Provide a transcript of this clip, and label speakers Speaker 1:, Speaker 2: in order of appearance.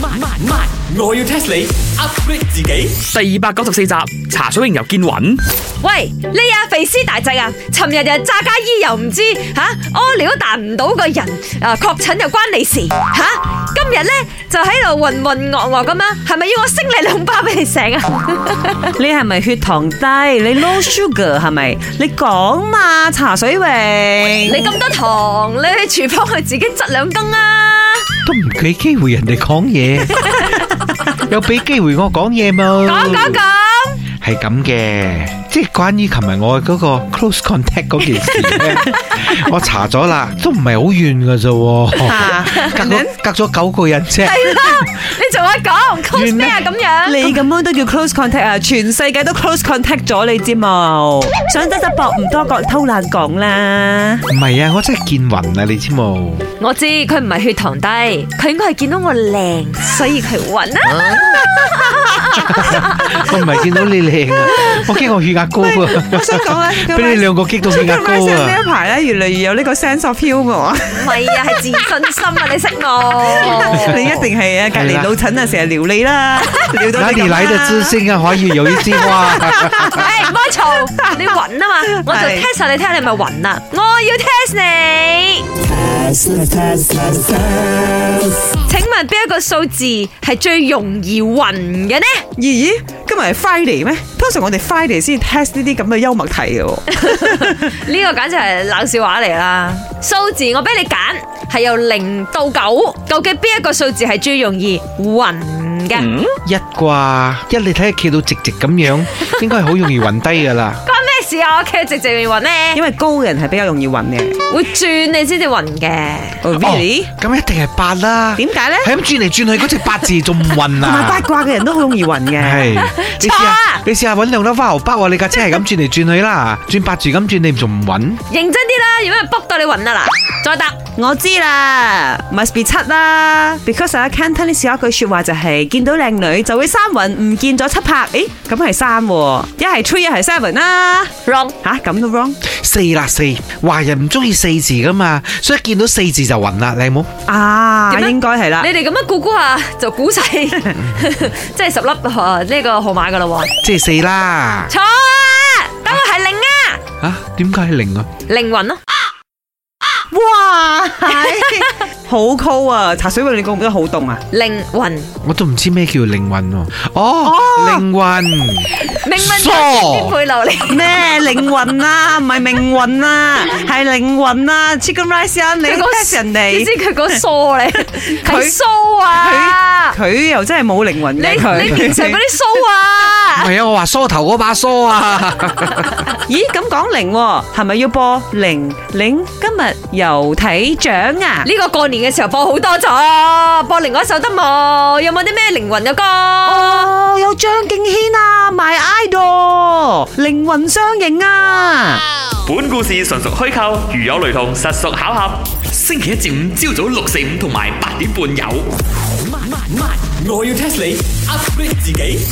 Speaker 1: 慢慢慢，我要 test 你 upgrade 自己。
Speaker 2: 第二百九十四集，茶水榮又見暈，
Speaker 3: 喂，你啊肥師大隻啊，尋日又詐假醫又唔知吓，屙尿都彈唔到個人啊，確診又關你事吓、今日咧就喺度渾渾噩噩咁啊，係咪要我升你兩巴俾你醒啊？
Speaker 4: 你係咪血糖低？你 low sugar 係咪？你講嘛，茶水
Speaker 3: 你
Speaker 4: 榮。
Speaker 3: 咁多糖，你去廚房去自己執兩羹啊！
Speaker 5: 都唔俾機會人哋講嘢，有俾機會我講嘢冇？
Speaker 3: 講講講，
Speaker 5: 係咁嘅，即係關於琴日我嗰個 close contact 嗰件事咧，我查咗啦，都唔係好遠噶啫喎，
Speaker 4: 啊
Speaker 5: 隔咗隔咗九個人啫。
Speaker 3: 係啦，你仲可以講 close 咩啊咁樣？
Speaker 4: 你咁樣都叫 close contact 啊！全世界都 close contact 咗你知冇？想得得博唔多講，偷懶講啦。
Speaker 5: 唔係啊，我真係見暈啊，你知冇？
Speaker 3: 我知佢唔係血糖低，佢應該係見到我靚，所以佢暈啦。
Speaker 5: 我唔係見到你靚啊，我驚我血壓高
Speaker 4: 我
Speaker 5: 啊，
Speaker 4: 想 講咧，
Speaker 5: 俾你兩個激到血壓高啊！
Speaker 4: 一排咧，越嚟越有呢個 sense of humour。
Speaker 3: 唔係啊，係自信心啊！你識
Speaker 5: 哦
Speaker 3: 我，
Speaker 4: 你一定係啊，隔離老陳啊，成日撩 你啦，撩到
Speaker 5: 哪
Speaker 4: 你
Speaker 5: 裡
Speaker 4: 咁
Speaker 5: 來的自
Speaker 4: 啦。
Speaker 5: 信啊？可以有一句話，
Speaker 3: 诶，哎唔好嘈，你暈啊嘛，我就
Speaker 4: 係
Speaker 3: test 下你睇下你係咪暈啊！我要 test 你。請問邊一個數字係最容易暈嘅呢？
Speaker 4: 咦咦，今日係 Friday 咩？通常我哋 Friday 先 test 呢啲咁嘅幽默題 嘅喎。
Speaker 3: 呢個簡直係冷笑話嚟啦！數字我俾你揀，係由零到九，究竟邊一個數字係最容易暈嘅？
Speaker 4: 嗯
Speaker 5: 一啩一你睇下企到直直咁樣，應該係好容易暈低噶啦。
Speaker 3: 關咩事啊？我企直直面暈咩？
Speaker 4: 因為高嘅人係比較容易暈嘅。
Speaker 3: 會轉你先至暈嘅。
Speaker 4: 哦，really？
Speaker 5: 哦咁一定係八啦。
Speaker 4: 點解咧？
Speaker 5: 係咁轉嚟轉去，嗰隻八字仲唔 暈
Speaker 4: 同埋八
Speaker 5: 啊？
Speaker 4: 卦嘅人都好容易暈嘅。
Speaker 5: 係， 你試下，你試下揾兩粒花牛筆喎，你架車係咁轉嚟轉去 啦，轉八字咁轉，你仲唔暈？
Speaker 3: 認真啲啦，如果係 book 到你暈啊嗱，再答。
Speaker 4: 我知啦，must be 七啦，because 啊 Cantonese 有一句說話就係見到靚女就會三暈，唔見咗七拍，誒咁係三喎，一係 three 一係 seven 啦，
Speaker 3: wrong
Speaker 4: 吓咁都 wrong，
Speaker 5: 四啦四，華人唔中意四字噶嘛，所以見到四字就暈啦，你冇？
Speaker 4: 啊
Speaker 3: 點啊
Speaker 4: 應該係啦
Speaker 3: 你，哋咁樣估估下 就估晒，即係十粒啊呢個號碼噶啦喎。
Speaker 5: 即係四啦。
Speaker 3: 錯啊，等我係零啊，
Speaker 5: 啊，點解係零啊？
Speaker 3: 靈魂咯。
Speaker 4: 哇， 好 cool 啊！茶水泳你覺唔覺得好凍啊？
Speaker 3: 靈魂，
Speaker 5: 我都唔知咩叫靈魂喎。哦，靈魂。
Speaker 3: 命運
Speaker 5: 傻
Speaker 3: 啲配流嚟。
Speaker 4: 咩靈魂啊，唔係命運啊，係靈魂啊，Chicken Rice 啊，你
Speaker 3: 佢講
Speaker 4: test 人哋
Speaker 3: 你知，佢講梳咧，係
Speaker 4: 佢
Speaker 3: 梳啊
Speaker 4: 佢！佢又真係冇靈魂
Speaker 3: 你
Speaker 4: 嘅佢。
Speaker 3: 你平時嗰啲梳 啊
Speaker 5: 唔，係啊，我話梳頭嗰把梳 啊，
Speaker 4: 咦，咁講零喎，係咪要播零零？今日又睇獎啊！
Speaker 3: 呢個過年嘅時候播好多咗，播另外一首得冇？有冇啲咩靈魂嘅歌？
Speaker 4: 哦，有張敬軒啊，My Idol，靈魂相迎啊！
Speaker 1: 本故事純屬虛構，如有雷同，實屬巧合。星期一至五朝早六四五同埋八點半有。我要 test 你 upgrade 自己。